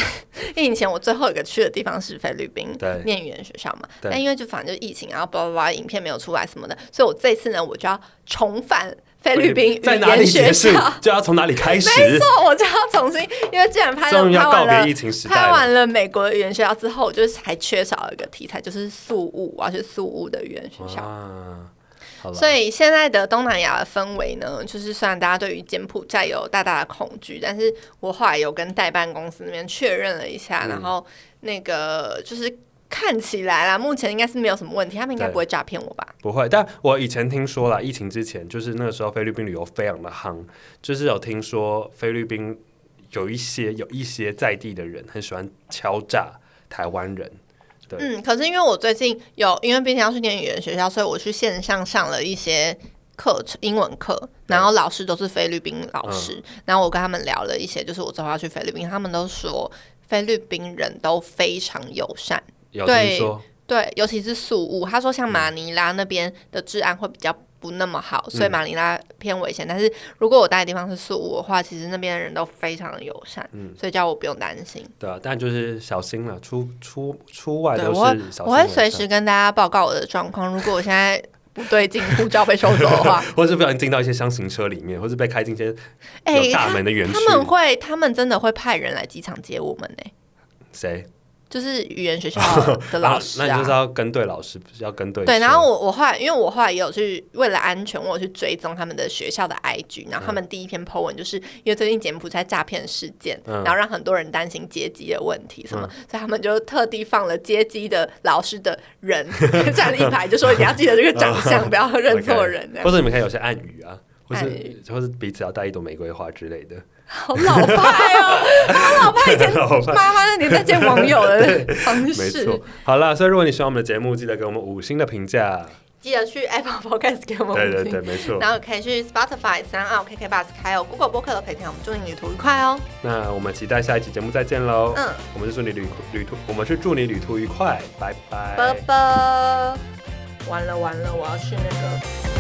疫情前我最后一个去的地方是菲律宾，对念语言学校嘛。对但因为就反正就疫情，然啊后巴拉巴拉，影片没有出来什么的，所以我这次呢，我就要重返菲律宾语在哪里言学结束校。 (laughs) 就要从哪里开始，没错，我就要重新，因为既然拍了终于拍要告完了别疫情时代拍了。完了美国的语言学校之后，我就是还缺少一个题材，就是宿务，我要去宿务的语言学校。哇，好了，所以现在的东南亚的氛围呢，就是虽然大家对于柬埔寨有大大的恐惧，但是我后来有跟代办公司那边确认了一下，嗯然后那个就是看起来啦，目前应该是没有什么问题，他们应该对不会诈骗我吧？不会，但我以前听说了，疫情之前就是那个时候菲律宾旅游非常的夯，就是有听说菲律宾有一些有一些在地的人很喜欢敲诈台湾人，对嗯，可是因为我最近有，因为毕竟要去念语言学校，所以我去线上上了一些课程，英文课，然后老师都是菲律宾老师，然后我跟他们聊了一些，就是我之后要去菲律宾，他们都说菲律宾人都非常友善。有对听说对，尤其是宿务，他说像马尼拉那边的治安会比较不那么好，所以马尼拉偏危险。但是如果我待的地方是宿务的话，其实那边的人都非常的友善，所以叫我不用担心。对啊，但就是小心了，出出出外对都我会是小心我会为随上，时跟大家报告我的状况。如果我现在不对劲，护照被收走的话 (laughs) 或是不小心进到一些箱型车里面，或是被开进一些哎、有大他门的园区他，们会，他们真的会派人来机场接我们呢、谁就是语言学校 (laughs) 的然老后师那你就是啊。要跟对老师，不是要跟对对，车然后我我后来，因为我后来也有去为了安全，我有去追踪他们的学校的 IG，然后他嗯们第一篇 po 文就是因为最近柬埔寨诈骗事件，嗯然后让很多人担心阶级的问题什么，所以他们就特地放了阶级的老师的人站了一排，就说你要记得这个长嗯相，不要认错人这样或。者你们可以有些暗语啊，或暗是语或是彼此要带一朵玫瑰花之类的。好老派哦，好老派，以 (laughs) 前老派妈妈那年代见网友的方 (laughs) 没式错。，好啦，所以如果你喜欢我们的节目，记得给我们五星的评价。记得去 Apple Podcast 给我们对对哦五星对，，没错。然后可以去 Spotify、三奥、KK Bus 还有 Google 播客的陪伴我们祝你旅途愉快哦。那我们期待下一期节目再见喽。嗯，我们是祝你旅旅途，我们是祝你旅途愉快，拜拜。拜拜。完了完了，我要去那个。